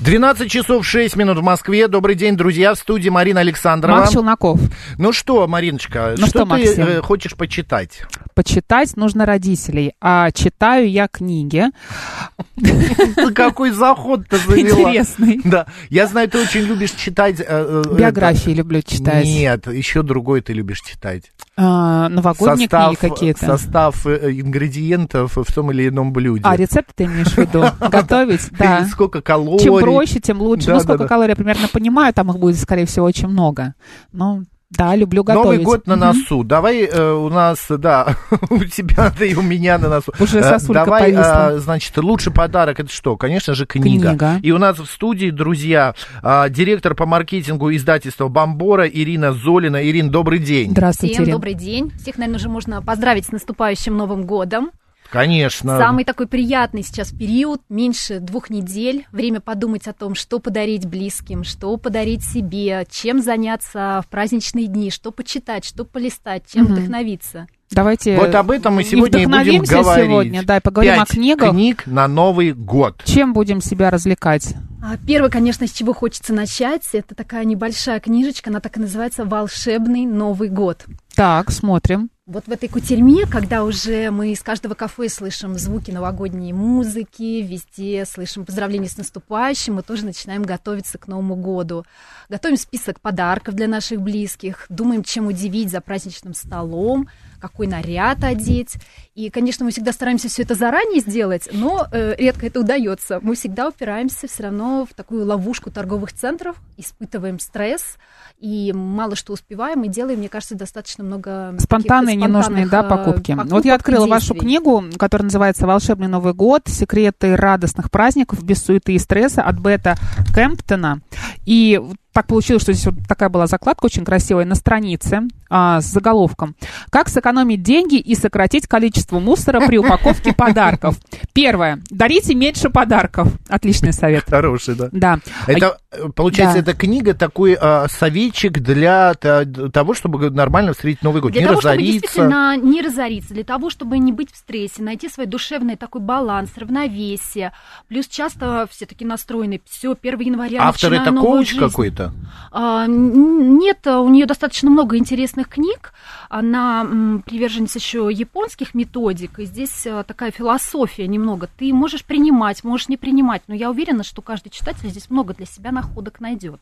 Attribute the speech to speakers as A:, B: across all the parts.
A: 12 часов 6 минут в Москве. Добрый день, друзья. В студии Марина Александрова.
B: Макс Челноков.
A: Ну что, Мариночка,
B: Ну
A: что,
B: что,
A: ты
B: Максим?
A: э, хочешь почитать?
B: Почитать нужно родителей, а читаю я книги.
A: Ты какой заход ты завела.
B: Интересный.
A: Да. Я знаю, ты очень любишь читать... э, э,
B: Биографии люблю
A: это-
B: читать.
A: Нет, еще другой ты любишь читать.
B: А, новогодние
A: состав,
B: книги какие-то.
A: Состав э, ингредиентов в том или ином блюде.
B: А, рецепты ты имеешь в виду? Готовить,
A: И
B: да.
A: Сколько калорий.
B: Чем проще, тем лучше.
A: Да,
B: ну,
A: да,
B: сколько
A: да.
B: калорий я примерно понимаю, там их будет, скорее всего, очень много. Ну, да, люблю готовить.
A: Новый год на
B: Мгм.
A: носу. Давай э, у нас, да, у тебя, да и у меня на носу.
B: Уже
A: Э,
B: сосулька
A: Давай,
B: повисла.
A: э, значит, лучший подарок это что? Конечно же, книга.
B: Книга.
A: И у нас в студии, друзья, э, директор по маркетингу издательства «Бомбора» Ирина Золина. Ирин, добрый день.
B: Здравствуйте,
C: Всем
B: Ирина.
C: добрый день. Всех, наверное, уже можно поздравить с наступающим Новым годом.
A: Конечно.
C: Самый такой приятный сейчас период, меньше двух недель. Время подумать о том, что подарить близким, что подарить себе, чем заняться в праздничные дни, что почитать, что полистать, чем
B: Мгм.
C: вдохновиться.
B: Давайте
A: Вот об этом мы
B: и
A: сегодня и будем
B: э, вдохновимся
A: говорить.
B: сегодня, да, и поговорим о
A: Пять
B: книгах.
A: книг на Новый год.
B: Чем будем себя развлекать?
C: А, Первое, конечно, с чего хочется начать, это такая небольшая книжечка, она так и называется «Волшебный Новый год».
B: Так, смотрим.
C: Вот в этой кутерьме, когда уже мы из каждого кафе слышим звуки новогодней музыки, везде слышим поздравления с наступающим, мы тоже начинаем готовиться к Новому году. Готовим список подарков для наших близких, думаем, чем удивить за праздничным столом, какой наряд одеть. И, конечно, мы всегда стараемся все это заранее сделать, но э, редко это удается. Мы всегда упираемся все равно в такую ловушку торговых центров, испытываем стресс и мало что успеваем и делаем, мне кажется, достаточно много
B: Спонтанные,
C: каких-то
B: ненужные, да,
C: спонтанных, э,
B: покупки. вот
C: покупок
B: я
C: и
B: открыла вашу
C: действий.
B: книгу, которая называется «Волшебный Новый год. Секреты радостных праздников без суеты и стресса» от Бета Кэмптона. И вот так получилось, что здесь вот такая была закладка очень красивая на странице а, с заголовком. «Как сэкономить деньги и сократить количество мусора при упаковке подарков?» Первое. Дарите меньше подарков. Отличный совет.
A: Хороший, да.
B: Да. А
C: А
A: Это, э, получается,
B: да.
A: эта книга такой э, советчик для та- того, чтобы нормально встретить Новый год.
C: Для
A: не
C: того, чтобы
A: разориться.
C: действительно не разориться, для того, чтобы не быть в стрессе, найти свой душевный такой баланс, равновесие. Плюс часто все таки настроены, все, 1 января
A: Автор это
C: начинаю новую
A: коуч
C: жизнь.
A: какой-то.
C: А, н- Нет, у нее достаточно много интересных книг. Она м, приверженец еще японских методик. И здесь э, такая философия немного. Ты можешь принимать, можешь не принимать. Но я уверена, что каждый читатель здесь много для себя находок найдет.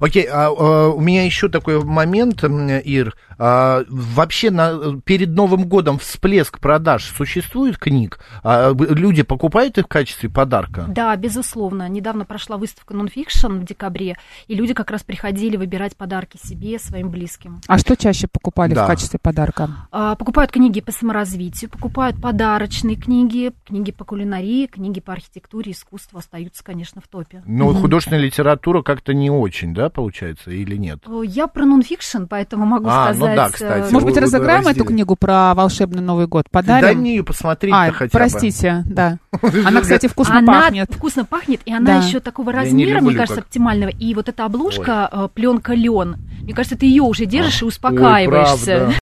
A: Окей, а, э, у меня еще такой момент, м, Ир. А, вообще на, перед Новым годом всплеск продаж существует книг? А, б- люди покупают их в качестве подарка?
C: Да, безусловно. Недавно прошла выставка нонфикшн в декабре, и люди как раз приходили выбирать подарки себе, своим близким.
B: А что чаще покупали
A: Да.
B: в качестве подарка?
C: А, Покупают книги по саморазвитию, покупают подарочные книги, книги по кулинарии, книги по архитектуре, искусству остаются, конечно, в топе.
A: Но художественная литература как-то не очень, да, получается, или нет?
C: Э, Я про нонфикшн, поэтому могу
A: А, ну
C: сказать.
A: да,
C: э,
A: кстати.
B: Может быть,
A: Вы- вы
B: разыграем эту
A: разделите.
B: книгу про волшебный Новый год? Подарим?
A: Дай мне ее посмотреть-то
B: А,
A: хотя бы.
B: простите, да. Она, кстати, вкусно
C: она
B: пахнет.
C: вкусно пахнет, и она
B: Да.
C: еще такого
A: Я не
C: размера, мне
A: люблю,
C: кажется,
A: как-
C: оптимального. И вот эта обложка пленка лен. Мне кажется, ты ее уже держишь и
A: Ой,
C: успокаиваешься.
A: правда.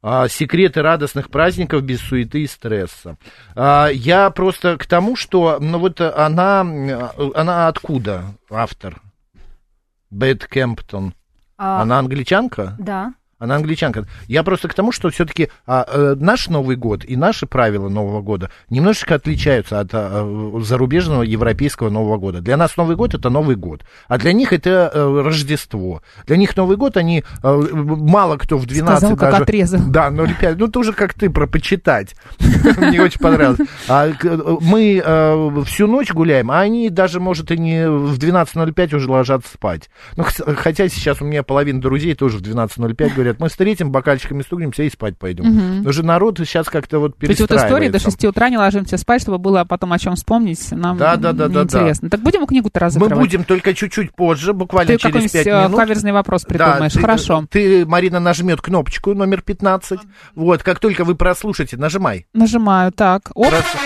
A: А, секреты радостных праздников без суеты и стресса. А, я просто к тому, что, ну вот она, м, она откуда автор? Бет Кемптон.
C: А,
A: Она англичанка?
C: Да.
A: Она англичанка. Я просто к тому, что все-таки наш Новый год и наши правила Нового года немножечко отличаются от а, зарубежного европейского Нового года. Для нас Новый год это Новый год, а для них это а, Рождество. Для них Новый год они а, мало кто в 12
B: Сказал, как
A: даже-
B: отрезал.
A: Да, 0,5. Ну, тоже как ты, про почитать. Мне очень понравилось. А, к- Мы э, всю ночь гуляем, а они даже, может, и не в 12.05 уже ложатся спать. Ну, хс- хотя сейчас у меня половина друзей тоже в 12.05 говорят, мы встретим, бокальчиками стукнемся и спать пойдем. Уже народ сейчас как-то вот
B: То есть вот история до
A: перестраивается.
B: 6 утра не ложимся спать, чтобы было потом о чем вспомнить, нам
A: Да, да, да, да, да.
B: интересно. Так будем книгу-то
A: Мы
B: разыгрывать?
A: будем только чуть-чуть позже, буквально
B: Ты
A: через
B: какой-нибудь
A: 5
B: э,
A: минут.
B: каверзный вопрос
A: Да,
B: придумаешь.
A: ты-
B: Хорошо.
A: Ты, Марина, нажмет кнопочку номер 15. Вот, как только вы прослушаете, нажимай.
B: Нажимаю, так. Оп,
A: Хорошо.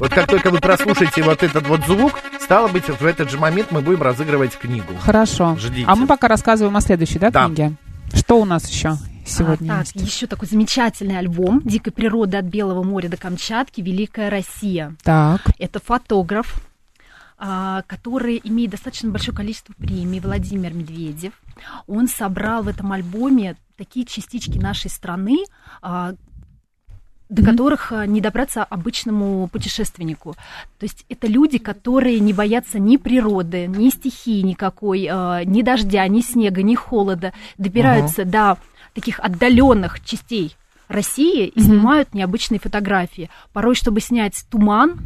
A: Вот как только вы прослушаете вот этот вот звук, стало быть, в этот же момент мы будем разыгрывать книгу.
B: хорошо.
A: Ждите.
B: А мы пока рассказываем о следующей, да,
A: Да.
B: книге? Что у нас еще сегодня
C: А,
B: есть?
C: так, еще такой замечательный альбом «Дикой природы от Белого моря до Камчатки. Великая Россия».
B: Так,
C: Это фотограф, а, который имеет достаточно большое количество премий, Владимир Медведев. Он собрал в этом альбоме такие частички нашей страны, а, до
B: Мгм.
C: которых а, не добраться обычному путешественнику. То есть это люди, которые не боятся ни природы, ни стихии никакой, а, ни дождя, ни снега, ни холода. Добираются до таких отдаленных частей России и
B: Мгм.
C: снимают необычные фотографии. Порой, чтобы снять туман,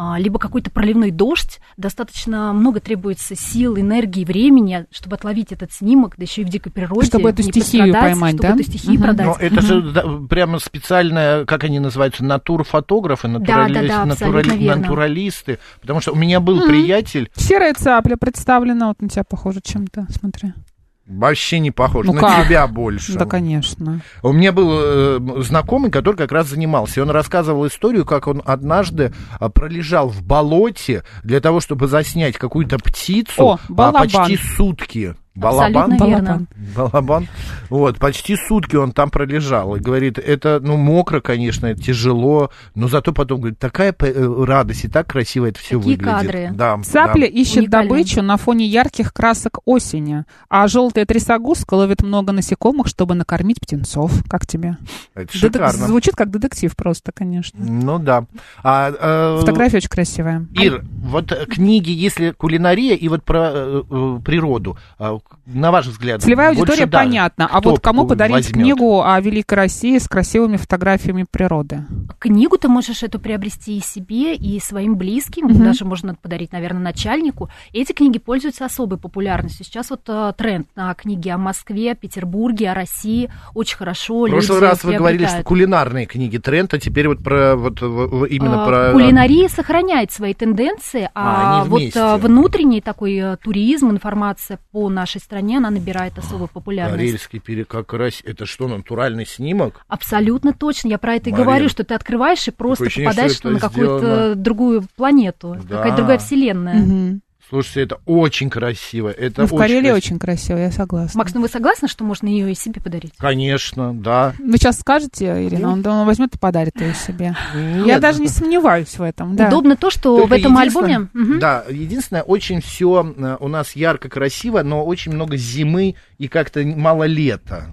C: а, либо какой-то проливной дождь, достаточно много требуется сил, энергии, времени, чтобы отловить этот снимок, да еще и в дикой природе.
B: Чтобы эту
C: не
B: стихию
C: пострадать,
B: поймать,
C: чтобы
B: да?
C: эту стихию
B: Мгм.
C: продать.
A: Но это же да, прямо специальная, как они называются, натурфотографы, натурали-
C: да, да,
A: натурали-
C: абсолютно верно.
A: натуралисты. Потому что у меня был приятель,
B: серая цапля представлена, вот на тебя похоже чем-то, смотри.
A: вообще не похож,
B: Ну
A: на
B: как?
A: тебя больше.
B: Да, конечно.
A: У меня был э, знакомый, который как раз занимался. И он рассказывал историю, как он однажды а, пролежал в болоте для того, чтобы заснять какую-то
B: О,
A: птицу а,
B: балабан.
A: почти сутки.
C: Абсолютно
A: Балабан?
C: верно.
B: Балабан.
A: Балабан. Вот, почти сутки он там пролежал. И говорит, это, ну, мокро, конечно, тяжело, но зато потом, говорит, такая п- э, радость и так красиво это все
C: Такие
A: выглядит.
C: кадры.
A: Да,
B: Цапля
A: да.
B: ищет
C: Уникально.
B: добычу на фоне ярких красок осени, а желтая трясогузка ловит много насекомых, чтобы накормить птенцов. Как тебе?
A: Это
B: Дедек-
A: шикарно.
B: Звучит как детектив просто, конечно.
A: Ну да. А, э,
B: Фотография очень красивая.
A: Ир, вот э, книги, если кулинария и вот про э, э, природу, а, к- на ваш взгляд,
B: Целевая
A: больше
B: аудитория
A: да,
B: понятна. А
A: кто
B: вот кому
A: п-
B: подарить
A: возьмет?
B: книгу о Великой России с красивыми фотографиями природы?
C: Книгу ты можешь эту приобрести и себе, и своим близким,
B: Мгм.
C: даже можно подарить, наверное, начальнику. Эти книги пользуются особой популярностью. Сейчас вот э, тренд на книги о Москве, о Петербурге, о России очень хорошо.
A: В прошлый
C: люди
A: раз вы говорили, что
C: приобретают.
A: кулинарные книги тренд, а теперь вот про вот в- в- именно
C: А,
A: про
C: Кулинария сохраняет свои тенденции,
A: А,
C: а,
A: они
C: вот
A: вместе.
C: а, внутренний такой э, туризм, информация по нашей стране, она набирает особую популярность.
A: Карельский перекак рась. Это что, натуральный снимок?
C: Абсолютно точно, я про это и
A: Марина,
C: говорю, что ты открываешь и просто
A: ощущение,
C: попадаешь
A: что
C: что на
A: это
C: какую-то
A: сделано.
C: другую планету,
A: Да.
C: какая-то другая вселенная.
B: Мгм.
A: Слушайте, это очень красиво. Это
B: Ну, в Карелии
A: красиво.
B: очень красиво, я согласна.
C: Макс, ну вы согласны, что можно ее и себе подарить?
A: Конечно, да.
B: Вы сейчас скажете, Ирина, он, он возьмет и подарит ее себе. Я
A: Нет, ну,
B: даже не сомневаюсь в этом. Да.
C: Удобно то, что
A: Только
C: в этом
A: единственное-
C: альбоме мгм,
A: Да, единственное, очень все у нас ярко, красиво, но очень много зимы и как-то мало лета.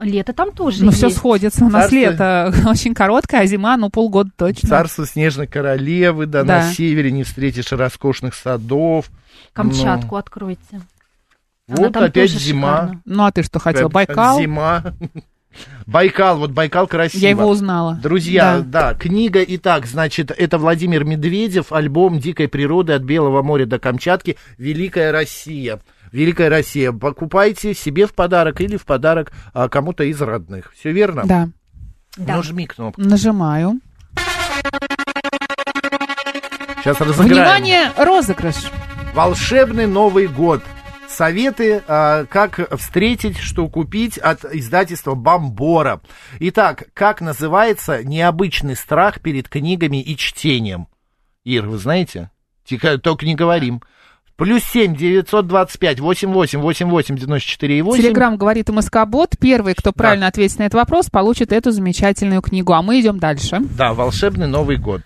C: лето там тоже
B: Но
C: есть.
B: все Ну, сходится. У нас
A: Царство-
B: лето очень короткое, а зима, ну, полгода точно.
A: Царство Снежной Королевы, да,
B: Да.
A: на севере не встретишь роскошных садов.
C: Камчатку откройте.
A: Ну,
C: Она
A: вот
C: там
A: опять
C: тоже
A: зима.
C: шикарно.
B: Ну, а ты что хотел?
A: Опять
B: Байкал?
A: Зима. Байкал, вот Байкал красиво.
B: Я его узнала.
A: Друзья,
B: Да.
A: да. книга Итак, значит, это Владимир Медведев, альбом «Дикой природы от Белого моря до Камчатки. Великая Россия». Великая Россия. Покупайте себе в подарок или в подарок а, кому-то из родных. Все верно?
B: Да.
C: Да.
A: Нажми кнопку.
B: Нажимаю.
A: Сейчас разыграем.
B: Внимание, розыгрыш.
A: Волшебный Новый год. Советы, а, как встретить, что купить от издательства Бомбора. Итак, как называется необычный страх перед книгами и чтением? Ир, вы знаете? Тихо, Только не говорим. Плюс семь девятьсот двадцать пять восемь восемь восемь восемь девяносто четыре и восемь.
B: Телеграм говорит МСК Бот. Первый, кто правильно ответит на этот вопрос, получит эту замечательную книгу. А мы идем дальше.
A: Да, волшебный Новый год.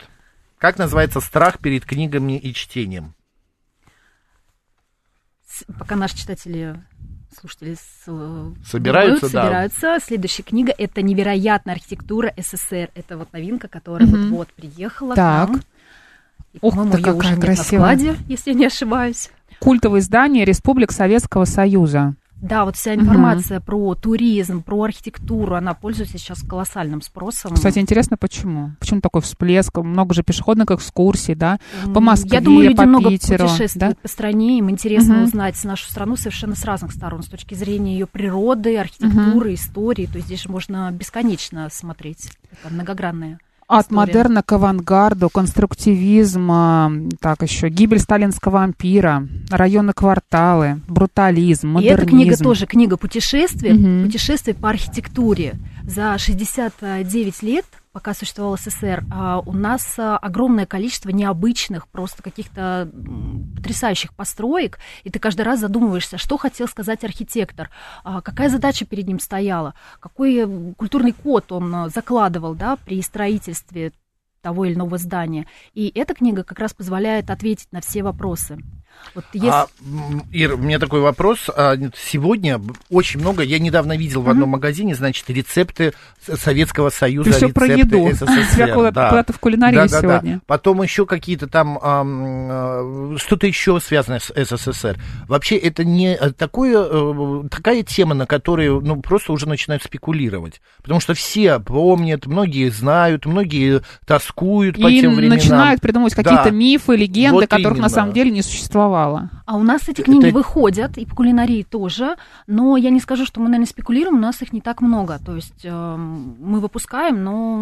A: Как называется страх перед книгами и чтением?
C: С- Пока наши читатели слушатели с- э,
A: Собираются,
C: будут,
A: да.
C: собираются. Следующая книга – это «Невероятная архитектура СССР». Это вот новинка, которая
B: Мгм.
C: вот-вот приехала
B: Так.
C: к нам. И,
B: Ух
C: по-моему,
B: ты,
C: её
B: какая
C: уже нет
B: красивая.
C: на складе, если я не ошибаюсь.
B: Культовое издание Республик Советского Союза.
C: Да, вот вся
B: Мгм.
C: информация про туризм, про архитектуру, она пользуется сейчас колоссальным спросом.
B: Кстати, интересно, почему? Почему такой всплеск? Много же пешеходных экскурсий, да?
C: М,
B: по Москве,
C: Я думаю, люди
B: по
C: много
B: Питеру,
C: путешествуют
B: да?
C: по стране, им интересно
B: Мгм.
C: узнать нашу страну совершенно с разных сторон, с точки зрения ее природы, архитектуры, истории. То есть здесь же можно бесконечно смотреть, это многогранное.
B: От
C: История.
B: модерна к авангарду, конструктивизма, так еще, гибель сталинского ампира, районы кварталы, брутализм,
C: И
B: модернизм.
C: эта книга тоже книга путешествий,
B: Мгм.
C: путешествий по архитектуре. За 69 лет, пока существовал СССР, а, у нас а, огромное количество необычных, просто каких-то м, потрясающих построек, и ты каждый раз задумываешься, что хотел сказать архитектор, а, какая задача перед ним стояла, какой э, культурный код он а, закладывал да, при строительстве того или иного здания. И эта книга как раз позволяет ответить на все вопросы. Вот есть...
A: А, м, Ир, у меня такой вопрос. А, нет, Сегодня б- очень много, я недавно видел в одном магазине, значит, рецепты с- Советского Союза,
B: Ты все про
A: рецепты
B: еду. Тебя
A: СССР.
B: куда-
A: да.
B: куда-то в кулинарию сегодня.
A: Потом еще какие-то там ам, э, что-то еще связанное с СССР. Вообще это не э, такое, э, такая тема, на которой ну просто уже начинают спекулировать, потому что все помнят, многие знают, многие тоскуют по
B: И
A: тем временам.
B: начинают придумывать
A: Да.
B: какие-то мифы, легенды,
A: Вот
B: которых на
A: именно.
B: самом деле не существовало.
C: А у нас эти
A: Э, Это-
C: книги выходят, и по кулинарии тоже, но я не скажу, что мы, наверное, спекулируем, у нас их не так много. То есть эм, мы выпускаем, но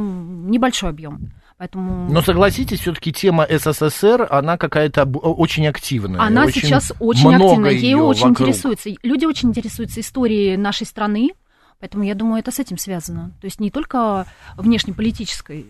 C: небольшой объем. Поэтому
A: Но согласитесь, все-таки тема СССР, она какая-то б- очень активная.
C: она
A: очень
C: сейчас очень
A: много
C: активна, ею
A: её
C: очень
A: вокруг.
C: интересуются. Люди очень интересуются историей нашей страны, поэтому я думаю, это с этим связано. То есть не только внешнеполитической,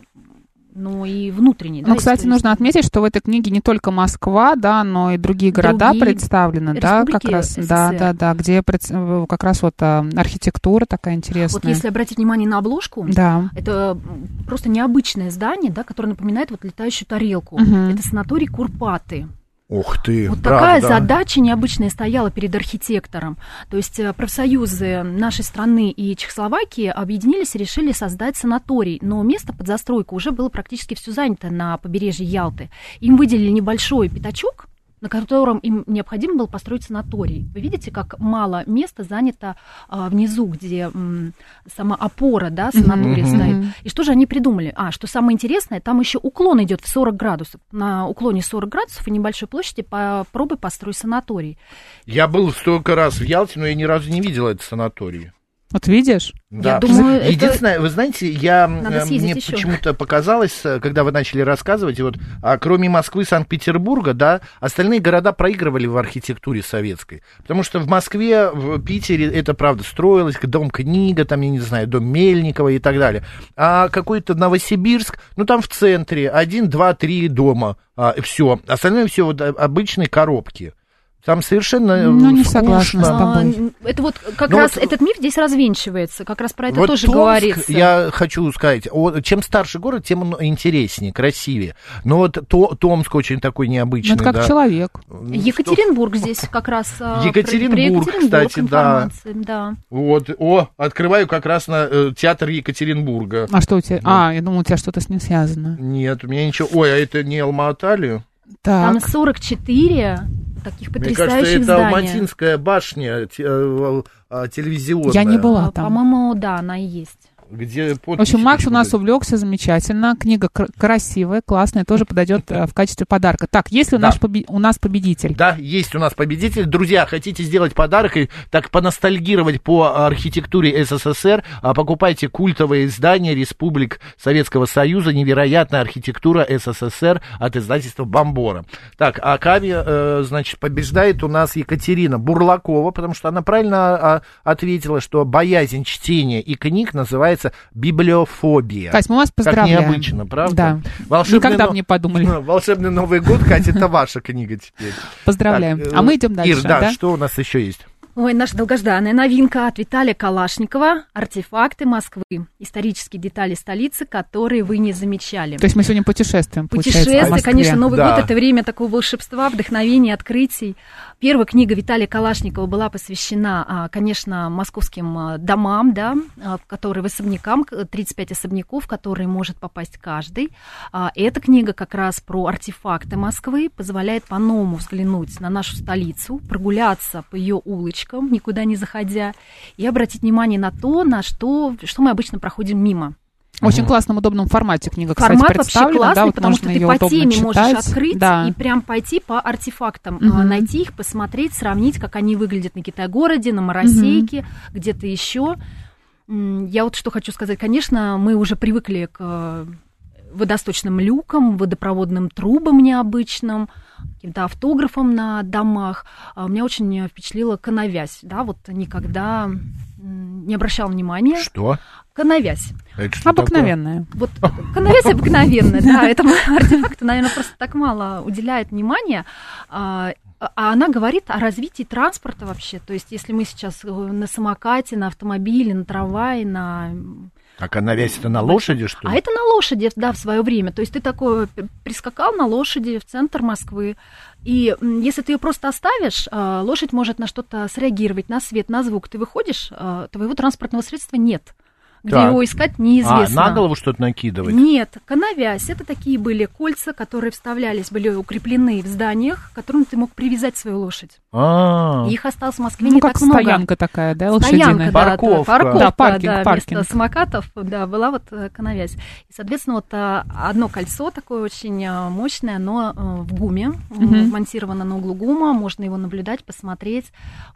C: но и внутренней.
B: Ну, кстати, нужно отметить, что в этой книге не только Москва, да, но и другие города
C: Другие
B: представлены, да, как
C: республики
B: раз,
C: СССР.
B: да, да, да, где пред- э, как раз вот а, архитектура такая интересная.
C: Вот если обратить внимание на обложку,
B: Да.
C: Это м, просто необычное здание, да, которое напоминает вот летающую тарелку.
B: Мгм.
C: Это санаторий Курпаты.
A: Ух ты,
C: Вот такая
A: правда.
C: задача необычная стояла перед архитектором. То есть э, профсоюзы нашей страны и Чехословакии объединились и решили создать санаторий. Но место под застройку уже было практически все занято на побережье Ялты. Им выделили небольшой пятачок, на котором им необходимо было построить санаторий. Вы видите, как мало места занято а, внизу, где м, сама опора да, санатория
A: Мгм.
C: стоит.
B: Мгм.
C: И что же они придумали? А, что самое интересное, там еще уклон идет в 40 градусов. На уклоне 40 градусов и небольшой площади попробуй построй санаторий.
A: Я был столько раз в Ялте, но я ни разу не видел этот санаторий.
B: Вот видишь?
A: Да.
C: Я думаю, это-
A: Единственное, вы знаете, я м,
C: Надо
A: э,
C: съездить
A: мне
C: ещё.
A: почему-то показалось, э, когда вы начали рассказывать, и вот а, кроме Москвы, Санкт-Петербурга, да, остальные города проигрывали в архитектуре советской, потому что в Москве, в Питере это правда строилось, дом Книга, там я не знаю, дом Мельникова и так далее, а какой-то Новосибирск, ну там в центре один, два, три дома, все, остальное все вот э, обычные коробки. Там совершенно э,
B: Ну, не
A: скучно.
B: согласна с тобой.
C: А, н- это вот как
A: Ну,
C: раз
A: вот-
C: этот миф здесь развенчивается, как раз про это
A: Вот
C: тоже
A: Томск,
C: говорится.
A: Я хочу сказать, о- чем старше город, тем он интереснее, красивее. Но вот То- Томск очень такой
B: Ну,
A: необычный.
B: это как
A: да.
B: человек.
C: Екатеринбург здесь как раз а, про- про
A: Екатеринбург, кстати, да.
C: информация, да.
A: Вот, о, открываю как раз на э, театр Екатеринбурга.
B: А что у тебя? А, я думала, у тебя что-то с ним связано.
A: Нет, у меня ничего. Ой, а это не Алма-Ата ли?
C: Там
B: Так.
C: 44 таких
A: Мне кажется,
C: потрясающих
A: это
C: здания.
A: Алматинская башня те- э, э, телевизионная.
B: Я не была
C: А,
B: там.
C: По-моему, да, она и есть.
A: Где
B: В общем, Макс у нас увлекся замечательно. Книга кр- красивая, классная, тоже подойдет э, в качестве подарка. Так, есть ли у
A: Да.
B: нас побе- у нас победитель?
A: Да, есть у нас победитель. Друзья, хотите сделать подарок и так поностальгировать по архитектуре СССР, а покупайте культовое издание «Республик Советского Союза. Невероятная архитектура СССР» от издательства «Бомбора». Так, а Ками, э, значит, побеждает у нас Екатерина Бурлакова, потому что она правильно а, ответила, что боязнь чтения и книг называется библиофобия.
B: Кать, мы вас поздравляем.
A: Как необычно, правда?
B: Да.
A: Волшебный
B: Никогда
A: но- Ну,
B: бы не подумали.
A: Волшебный Новый год, Катя, это ваша книга теперь.
B: Поздравляем.
A: Так, э,
B: а мы идем дальше,
A: Ир, да,
B: да?
A: что у нас еще есть?
C: Ой, наша долгожданная новинка от Виталия Калашникова «Артефакты Москвы. Исторические детали столицы, которые вы не замечали».
B: То есть мы сегодня путешествуем, получается, по
C: Путешествия,
B: Москве.
C: конечно, ну, Новый
A: Да.
C: год это время такого волшебства, вдохновения, открытий. Первая книга Виталия Калашникова была посвящена, а, конечно, московским а, домам, да, а, в которые в особнякам, к- 35 особняков, в которые может попасть каждый. А, Эта книга как раз про артефакты Москвы, позволяет по-новому взглянуть на нашу столицу, прогуляться по ее улочкам, никуда не заходя, и обратить внимание на то, на что, что мы обычно проходим мимо.
B: В очень классном, удобном формате книга, кстати,
C: Формат вообще
B: представлена. да,
C: классный,
B: вот
C: потому
B: можно
C: что ты
B: её
C: по
B: удобно
C: теме
B: читать.
C: можешь открыть
B: Да.
C: и прям пойти по артефактам,
B: Мгм.
C: а, найти их, посмотреть, сравнить, как они выглядят на Китай-городе, на Моросейке, где-то еще. М, Я вот что хочу сказать. Конечно, мы уже привыкли к э, водосточным люкам, водопроводным трубам необычным, каким-то автографам на домах. А, Меня очень э, впечатлила канавязь. Да, вот никогда м, не обращал внимания.
A: Что?
C: Канавязь.
A: Это что
B: Обыкновенная.
C: Вот канавязь обыкновенная, да, этому артефакту, наверное, просто так мало уделяет внимания. А а она говорит о развитии транспорта вообще. То есть, если мы сейчас э, на самокате, на автомобиле, на трамвае, на...
A: Такое? Так она весит на лошади, что
C: А
A: ли?
C: это на лошади, да, в свое время. То есть, ты такой п- прискакал на лошади в центр Москвы. И м, если ты ее просто оставишь, э, лошадь может на что-то среагировать, на свет, на звук. Ты выходишь, э, твоего транспортного средства нет. Где
A: Так.
C: его искать, неизвестно.
A: А, на голову что-то накидывать?
C: Нет, канавязь. Это такие были кольца, которые вставлялись, были укреплены в зданиях, к которым ты мог привязать свою лошадь.
A: А,
C: И Их осталось в Москве
B: Ну,
C: не
B: как
C: так много.
B: стоянка такая, да,
C: Стоянка,
B: лошадиная.
C: да,
A: Парковка.
C: да, парковка,
B: Да, паркинг,
C: да,
B: паркинг.
C: вместо самокатов, да, была вот э, канавязь. И, соответственно, вот э, одно кольцо такое очень э, мощное, оно э, в гуме,
B: Мгм.
C: м, вмонтировано на углу гума, можно его наблюдать, посмотреть.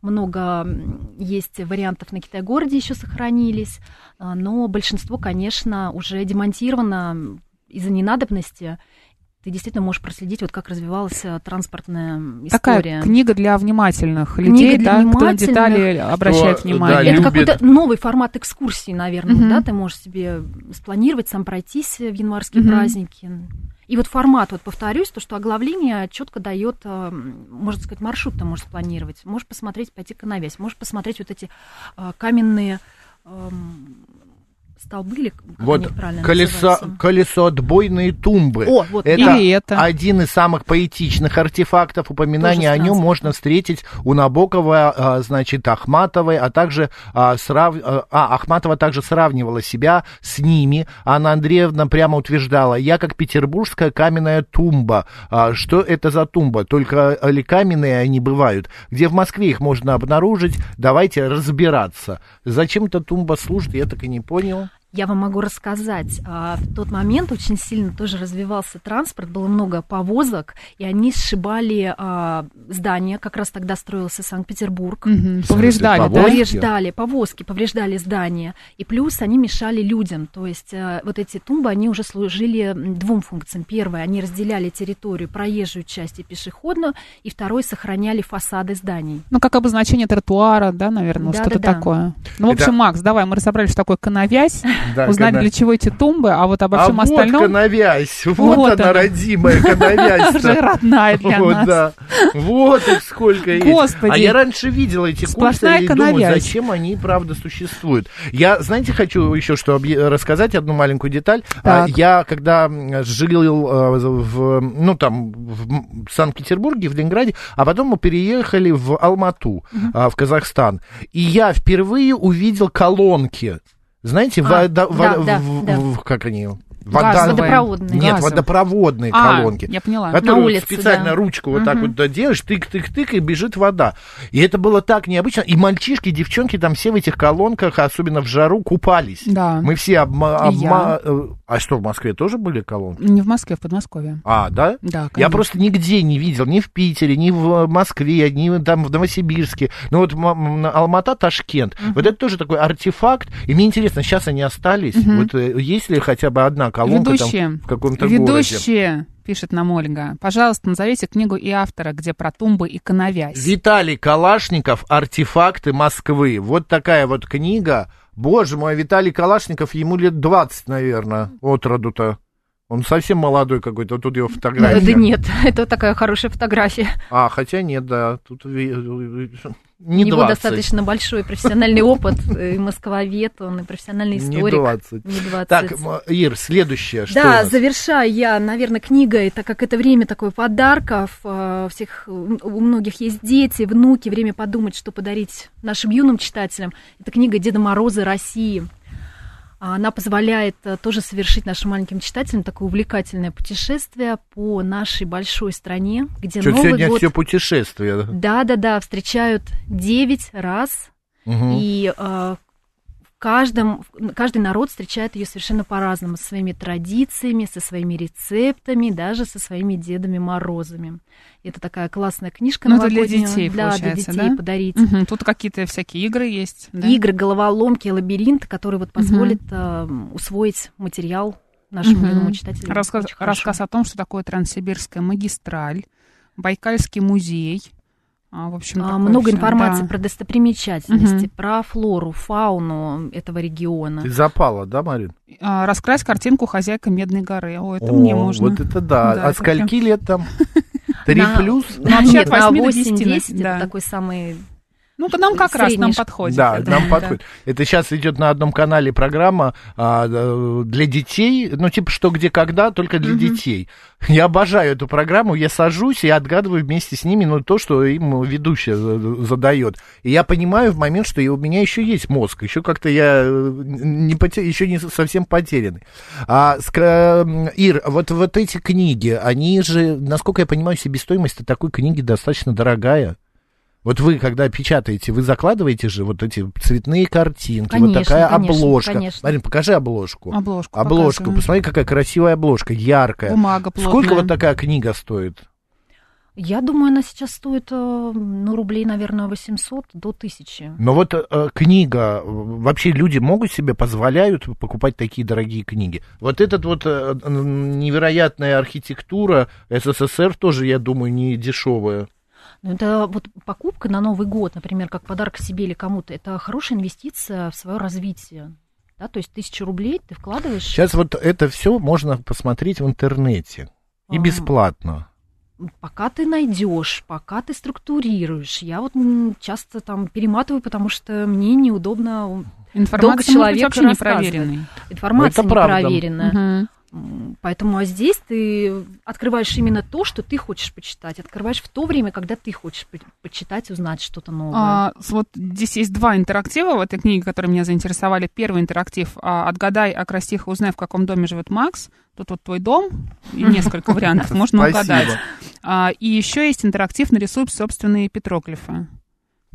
C: Много м, есть вариантов на Китай-городе еще сохранились, э, но большинство, конечно, уже демонтировано из-за ненадобности. Ты действительно можешь проследить, вот как развивалась э, транспортная
B: Такая
C: история.
B: книга для внимательных
C: Книга
B: людей,
C: для
B: да, кто на
C: внимательных.
B: детали обращает
A: да,
B: внимание.
C: Это
A: любит.
C: какой-то новый формат экскурсии, наверное,
B: Мгм.
C: да, ты можешь себе спланировать, сам пройтись в январские
B: Мгм.
C: праздники. И вот формат, вот повторюсь, то, что оглавление четко дает, э, можно сказать, маршрут ты можешь спланировать, можешь посмотреть, пойти канавязь, можешь посмотреть вот эти э, каменные эм, столбы, или как
A: Вот
C: они правильно
A: колесо,
C: называются?
A: колесо отбойные тумбы.
C: О, вот,
A: Это
C: да.
B: Или это.
A: один из самых поэтичных артефактов. Упоминание
C: Тоже
A: о нем
C: странно.
A: можно встретить у Набокова, а, значит, Ахматовой, а также а, срав... а, Ахматова также сравнивала себя с ними. Анна Андреевна прямо утверждала, я как петербургская каменная тумба. А, Что это за тумба? Только ли каменные они бывают? Где в Москве их можно обнаружить? Давайте разбираться. Зачем эта тумба служит, я так и не понял.
C: Я вам могу рассказать. А, В тот момент очень сильно тоже развивался транспорт, было много повозок, и они сшибали а, здания. Как раз тогда строился Санкт-Петербург.
B: Мгм, Повреждали, да?
A: Повозки?
C: Повреждали повозки, повреждали здания. И плюс они мешали людям. То есть э, вот эти тумбы, они уже служили м, двум функциям. Первое, они разделяли территорию, проезжую часть и пешеходную. И второе, сохраняли фасады зданий.
B: Ну, как обозначение тротуара, да, наверное, вот что-то
C: Да-да-да.
B: такое. Ну, в
A: Это-
B: общем, Макс, давай, мы разобрали, что такое канавязь,
A: Да,
B: узнали,
A: когда-
B: для чего эти тумбы, а вот обо
A: а
B: всем
A: вот
B: остальном
A: канавязь, вот,
B: Вот
A: она,
B: она.
A: родимая
B: уже
A: канавязь.
B: родная для
A: вот,
B: нас.
A: да. Вот их сколько есть.
B: Господи.
A: А я раньше видела эти
B: Сплошная
A: курсы и думаю,
B: канавязь.
A: зачем они, правда, существуют. Я, знаете, хочу еще что объ- рассказать, одну маленькую деталь. А,
B: Так.
A: Я, когда м, жил э, в, ну, там, в м, Санкт-Петербурге, в Ленинграде, а потом мы переехали в Алмату, а, в Казахстан. И я впервые увидел колонки. Знаете,
C: А,
A: вода-
C: да,
A: во-
C: да,
A: в-
C: да.
A: в- как они?
B: Газовые.
C: Водопроводные.
A: Нет,
B: Газовые.
A: водопроводные
B: А,
A: колонки
B: я поняла.
A: которую
C: На
A: вот
C: улице,
A: специально
C: да.
A: ручку вот так
C: Мгм.
A: вот да, делаешь, тык-тык-тык, и бежит вода. И это было так необычно. И мальчишки, и девчонки там все в этих колонках, особенно в жару, купались.
B: Да.
A: Мы все обма...
B: И я.
A: обма- э, А что, в Москве тоже были колонки?
B: Ну, Не в Москве, в Подмосковье.
A: А, да?
B: Да,
A: Я
B: конечно.
A: просто нигде не видел, ни в Питере, ни в э, Москве, ни там в Новосибирске. Ну вот м- м- Алмата, Ташкент. Вот это тоже такой артефакт. И мне интересно, сейчас они остались? Вот э, есть ли хотя бы одна колонка там
B: Ведущие.
A: в каком-то городе?
B: Ведущие, пишет нам Ольга, пожалуйста, назовите книгу и автора, где про тумбы и канавязь.
A: Виталий Калашников «Артефакты Москвы». Вот такая вот книга. Боже мой, Виталий Калашников, ему лет 20, наверное, от роду-то. Он совсем молодой какой-то, вот тут его
C: Да
A: фотография.
C: нет, Ну, это такая хорошая фотография.
A: А, хотя нет, да, тут ви- не
C: У него
A: 20.
C: достаточно большой профессиональный опыт, э, и московед, он и профессиональный
A: Не
C: историк.
A: 20.
C: Не 20.
A: Так, м, Ир, следующее, что у
C: Да,
A: нас?
C: завершаю я, наверное, книгой, так как это время такое подарков, э, всех, у многих есть дети, внуки, время подумать, что подарить нашим юным читателям. Это книга Деда Мороза России. А Она позволяет э, тоже совершить нашим маленьким читателям такое увлекательное путешествие по нашей большой стране, где
A: Чё,
C: Новый
A: сегодня
C: год...
A: все путешествия. да?
C: Да-да-да, встречают 9 раз
A: Мгм.
C: и э, в каждом, каждый народ встречает ее совершенно по-разному, со своими традициями, со своими рецептами, даже со своими Дедами Морозами. Это такая классная книжка
B: Ну, это для
C: новогодняя.
B: детей,
C: да, для
B: получается,
C: детей
B: да?
C: подарить.
B: Мгм, Тут какие-то всякие игры есть. да?
C: Игры, головоломки, лабиринт, который вот позволит э, усвоить материал нашему
B: Мгм.
C: юному читателю.
B: Рассказ,
C: Очень хорошо.
B: рассказ о том, что такое Транссибирская магистраль, Байкальский музей. А, в общем,
C: А,
B: такое
C: Много
B: всё,
C: информации
B: да.
C: про достопримечательности,
B: Мгм.
C: про флору, фауну этого региона.
A: Ты запала, да, Марин?
B: А, Раскрась картинку «Хозяйка Медной горы». О, это
A: О,
B: мне можно.
A: Вот это да.
B: Да,
A: а
B: это
A: скольки лет там? Три
C: На-
A: плюс?
B: Ну, вообще
C: Нет,
B: от
C: на
B: 8 до
C: 8-10
B: 10,
C: это
B: да.
C: такой самый
B: Ну, к нам как раз,
C: Средний
B: нам
C: ш-
B: подходит.
A: Да,
B: я
A: нам
B: думаю,
A: подходит. Это сейчас идет на одном канале программа а, э, для детей, ну типа что где когда, только для детей. Я обожаю эту программу, я сажусь и отгадываю вместе с ними, ну то, что им ведущая за- задает. И я понимаю в момент, что и у меня еще есть мозг, еще как-то я э, не поте- еще не совсем потерянный. А, ск- м, Ир, вот вот эти книги, они же, насколько я понимаю, себестоимость такой книги достаточно дорогая. Вот вы, когда печатаете, вы закладываете же вот эти цветные картинки,
C: Конечно,
A: вот такая
C: конечно,
A: обложка.
C: конечно.
A: Марин, покажи обложку.
B: да. Обложку
A: обложку,
B: показываю.
A: посмотри, какая красивая обложка, яркая.
B: Бумага плотная.
A: Сколько вот такая книга стоит?
C: Я думаю, она сейчас стоит, э, ну, рублей, наверное, 800 до 1000.
A: Но вот э, книга, э, вообще люди могут себе, позволяют покупать такие дорогие книги. Вот этот вот э, м, невероятная архитектура СССР тоже, я думаю, не дешевая.
C: Ну, это вот покупка на Новый год, например, как подарок себе или кому-то, это хорошая инвестиция в свое развитие. Да, то есть тысячу рублей ты вкладываешь.
A: Сейчас вот это все можно посмотреть в интернете.
B: А.
A: И
C: Ам.
A: бесплатно.
C: Пока ты найдешь, пока ты структурируешь. Я вот м, часто там перематываю, потому что мне неудобно. э, Долго
B: Информация ну,
C: человек
B: может быть, вообще
C: рассказывает.
B: непроверенной.
C: Информация
A: Ну, это правда.
C: непроверенная.
B: Мгм.
C: М, Поэтому а здесь ты открываешь именно то, что ты хочешь почитать. Открываешь в то время, когда ты хочешь по- почитать, узнать что-то новое.
B: А, с- вот здесь есть два интерактива в этой книге, которые меня заинтересовали. Первый интерактив а, «Отгадай, окрасиха, узнай, в каком доме живет Макс». Тут вот твой дом и несколько вариантов, можно угадать.
A: Спасибо.
B: А, и еще есть интерактив «Нарисуй собственные петроглифы».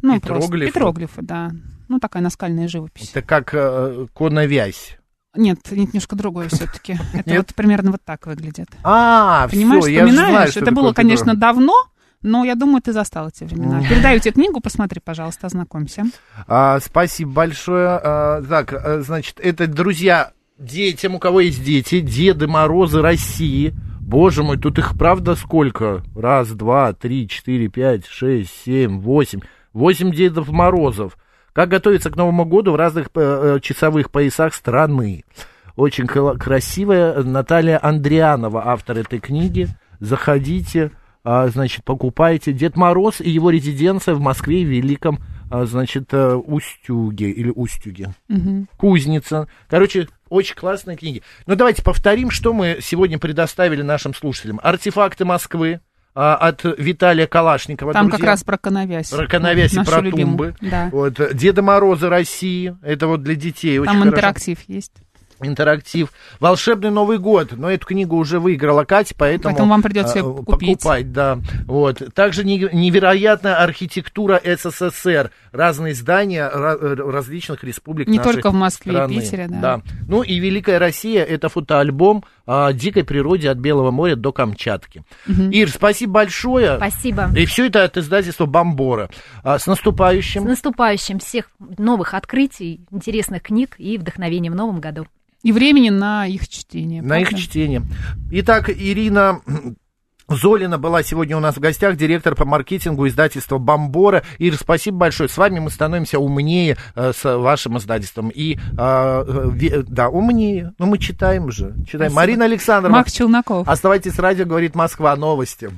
B: Ну, просто
A: Петроглифы?
B: петроглифы, да. Ну, такая наскальная живопись.
A: Это как э, коновязь.
B: Нет, нет, немножко другое все-таки. Это
A: Нет?
B: вот примерно вот так выглядит.
A: А,
B: Понимаешь,
A: все, я же
B: вспоминаешь?
A: знаю, что
B: это
A: такое
B: было,
A: петро.
B: конечно, давно, но я думаю, ты застал эти времена.
A: Мгм.
B: Передаю тебе книгу, посмотри, пожалуйста, ознакомься.
A: А, спасибо большое. А, так, а, значит, это, друзья, детям, у кого есть дети, Деды Морозы России. Боже мой, тут их правда сколько? Раз, два, три, четыре, пять, шесть, семь, восемь. Восемь Дедов Морозов. Как готовиться к Новому году в разных э, э, часовых поясах страны. Очень кла- красивая Наталья Андрианова, автор этой книги. Заходите, а, значит, покупайте. Дед Мороз и его резиденция в Москве и Великом, а, значит, э, Устюге или Устюге.
B: Мгм.
A: Кузница. Короче, очень классные книги. Ну, давайте повторим, что мы сегодня предоставили нашим слушателям. Артефакты Москвы а, от Виталия Калашникова.
B: Там как
A: друзья.
B: раз про коновязь.
A: Про коновязь и
B: Нашу
A: про
B: любимую.
A: тумбы.
B: Да.
A: Вот, э, Деда Мороза России. Это вот для детей. Очень
B: Там
A: хорошо.
B: интерактив есть.
A: интерактив. Волшебный Новый год. Но эту книгу уже выиграла Катя, поэтому...
B: Поэтому вам придется
A: а,
B: её купить.
A: Покупать, да. Вот. Также не- невероятная архитектура СССР. Разные здания ра- э, различных республик
B: Не
A: нашей
B: только в Москве и
A: страны.
B: Питере, да.
A: Ну и «Великая Россия» — это фотоальбом о дикой природе от Белого моря до Камчатки. Ир, спасибо большое.
C: Спасибо.
A: И все это от издательства «Бомбора». А, с
C: С
A: наступающим.
C: наступающим всех новых открытий, интересных книг и вдохновением в новом году.
B: И времени на их чтение.
A: На их
B: правда?
A: чтение. Итак, Ирина Золина была сегодня у нас в гостях, директор по маркетингу издательства «Бомбора». Ир, спасибо большое. С вами мы становимся умнее э, с вашим издательством. И, э, э, ве- да, умнее. Ну, мы читаем же. Читаем. Марина Александровна,
B: Макс Челноков.
A: оставайтесь с радио, говорит Москва, новости.